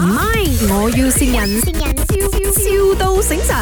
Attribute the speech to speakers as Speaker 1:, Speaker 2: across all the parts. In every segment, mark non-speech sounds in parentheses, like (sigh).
Speaker 1: 唔係，我要善人，笑笑到醒神。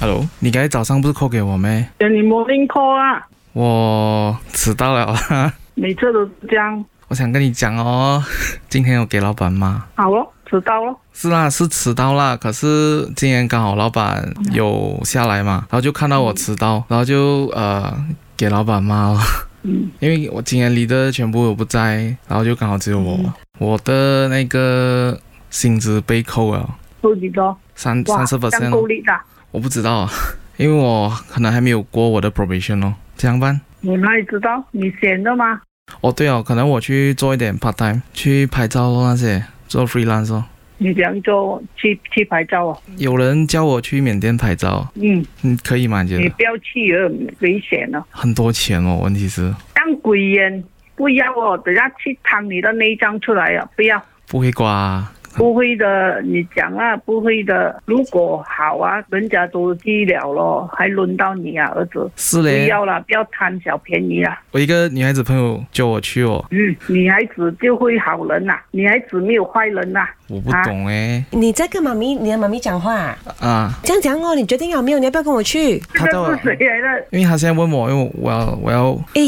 Speaker 2: Hello，你刚才早上不是 call 给我咩？
Speaker 3: 叫你 morning call 啊，
Speaker 2: 我迟到了 (laughs) 啊，
Speaker 3: 每次都这样，
Speaker 2: 我想跟你讲哦，今天有给老板吗？
Speaker 3: 好咯，迟到咯。
Speaker 2: 是啦，是迟到啦，可是今天刚好老板有下来嘛，然后就看到我迟到，然后就呃给老板骂了。
Speaker 3: 嗯，
Speaker 2: 因为我今天 leader 全部都不在，然后就刚好只有我，
Speaker 3: 嗯
Speaker 2: 我的那个薪资被扣了
Speaker 3: 收几多？
Speaker 2: 三
Speaker 3: 哇
Speaker 2: 三十 p
Speaker 3: 这
Speaker 2: e
Speaker 3: 样够力的，
Speaker 2: 我不知道啊，因为我可能还没有过我的 probation 哦，这样办？
Speaker 3: 你哪里知道？你闲的吗？
Speaker 2: 哦，对哦，可能我去做一点 part time，去拍照咯那些，做 freelance 哦。
Speaker 3: 你怎样做去去拍照啊？
Speaker 2: 有人叫我去缅甸拍照，
Speaker 3: 嗯，
Speaker 2: 嗯，可以吗？你觉
Speaker 3: 你
Speaker 2: 得
Speaker 3: 不要去，很危险了、
Speaker 2: 很多钱哦，问题是
Speaker 3: 当鬼烟不要哦，等下去趟你的内脏出来啊！不要，
Speaker 2: 不会刮、啊。
Speaker 3: 不会的，你讲啊，不会的。如果好啊，人家都医了咯，还轮到你啊，儿子。
Speaker 2: 是
Speaker 3: 不
Speaker 2: 嘞，
Speaker 3: 要啦，不要贪小便宜啦。
Speaker 2: 我一个女孩子朋友叫我去哦，
Speaker 3: 嗯，女孩子就会好人啦、女孩子没有坏人啊啦、
Speaker 2: 我不懂诶
Speaker 4: 你在跟妈咪，你的妈咪讲话啊，
Speaker 2: 啊，
Speaker 4: 这样讲哦，你决定好没有？你要不要跟我去？
Speaker 3: 这
Speaker 2: 她叫我
Speaker 3: 个是，谁来的？
Speaker 2: 因为她现在问我，因为我要我要
Speaker 4: 哎，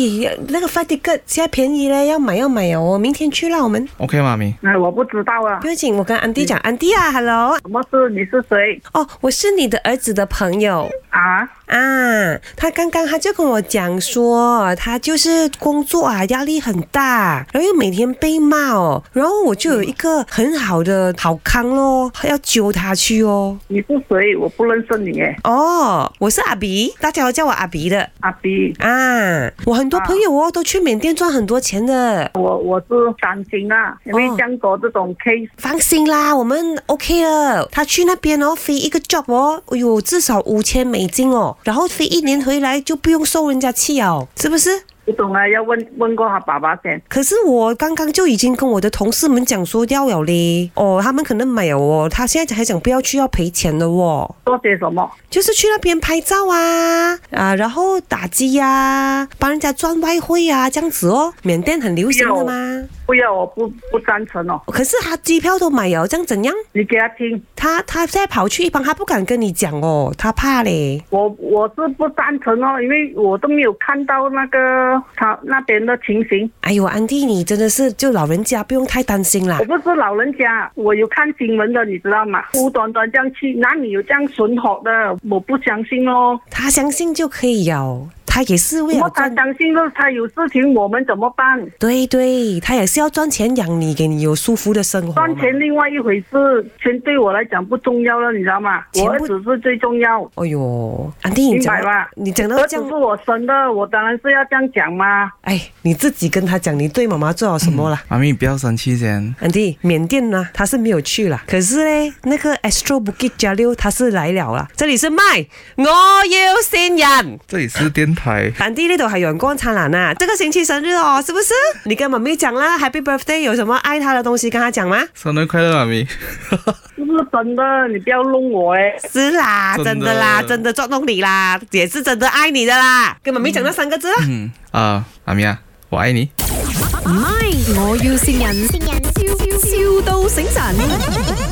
Speaker 4: 那个发的哥现在便宜嘞，要买要买哦，我明天去啦，我们
Speaker 2: OK 妈咪，
Speaker 3: 哎，我不知道啊
Speaker 4: 不，用紧，我跟安迪讲，安迪啊，hello，
Speaker 3: 什么事？你是谁
Speaker 4: 哦，我是你的儿子的朋友。
Speaker 3: 啊？
Speaker 4: 啊，他刚刚他就跟我讲说，他就是工作啊压力很大，然后又每天被骂哦，然后我就有一个很好的好康咯，要揪他去哦。
Speaker 3: 你是谁？我不认识你耶，
Speaker 4: 哦，我是阿比，大家都叫我阿比的
Speaker 3: 阿 B，
Speaker 4: 啊。我很多朋友哦都去缅甸赚很多钱的，
Speaker 3: 我我是担心啊，因为像我这
Speaker 2: 哦
Speaker 3: 种 case，
Speaker 4: 放心啦，我们 OK 了。他去那边哦，飞一个 job 哦，哎呦，至少五千美金哦，然后飞一年回来就不用受人家气哦，是不是？
Speaker 3: 不懂啊，要问问过他爸爸先。
Speaker 4: 可是我刚刚就已经跟我的同事们讲说要了嘞，哦，他们可能没有哦，他现在还讲不要去，要赔钱的哦，
Speaker 3: 做些什么？
Speaker 4: 就是去那边拍照啊啊，然后打机呀、啊，帮人家赚外汇啊，这样子哦，缅甸很流行的嘛。
Speaker 3: 不要，我不不赞成哦。
Speaker 4: 可是他机票都买哦，这样怎样？
Speaker 3: 你给他听，
Speaker 4: 他他再跑去一帮，他不敢跟你讲哦，他怕嘞。
Speaker 3: 我我是不赞成哦，因为我都没有看到那个他那边的情形。
Speaker 4: 哎呦，安迪，你真的是就老人家，不用太担心啦
Speaker 3: 我。不是老人家，我有看新闻的，你知道吗？无端端这样去，哪里有这样损好的？我不相信哦。
Speaker 4: 他相信就可以有，他也是为
Speaker 3: 我
Speaker 4: 了
Speaker 3: 他
Speaker 4: 赚
Speaker 3: 相信了，他有事情我们怎么办？
Speaker 4: 对对，他也是要赚钱养你，给你有舒服的生活。
Speaker 3: 赚钱。另外一回事，钱对我来讲不重要了，你知道吗？
Speaker 4: 钱
Speaker 3: 我
Speaker 4: 不
Speaker 3: 儿子是最重要，
Speaker 4: 哎呦，安迪，你
Speaker 3: 明
Speaker 4: 讲
Speaker 3: 白吧？
Speaker 4: 你讲到
Speaker 3: 儿
Speaker 4: 这
Speaker 3: 子
Speaker 4: 样
Speaker 3: 是，我生的，我当然是要这样讲嘛。
Speaker 4: 哎，你自己跟他讲，你对妈妈做了什
Speaker 3: (clears throat)
Speaker 4: 么啦？
Speaker 2: 妈咪不要生气先。
Speaker 4: 安迪，缅甸呢，他是没有去啦。可是呢，那个 Astro Bukit Jalil 他是来了啦。这里是麦，我要新人。
Speaker 2: 这里是电台，
Speaker 4: 安迪呢度系阳光灿烂啊，这个星期生日哦，是不是？你跟妈咪讲啦，Happy Birthday，有什么爱他的东西跟他讲吗？
Speaker 2: 生日快乐，妈咪。
Speaker 3: 是不是真的？你不要弄我哎！
Speaker 4: 是啦，
Speaker 2: 真
Speaker 4: 真
Speaker 2: 的
Speaker 4: 的啦，真的捉弄你啦，也是真的爱你的啦。跟妈咪讲那三个字啦。
Speaker 2: 嗯啊，妈咪啊，我爱你。
Speaker 1: 唔係，我要善人，笑笑到醒神。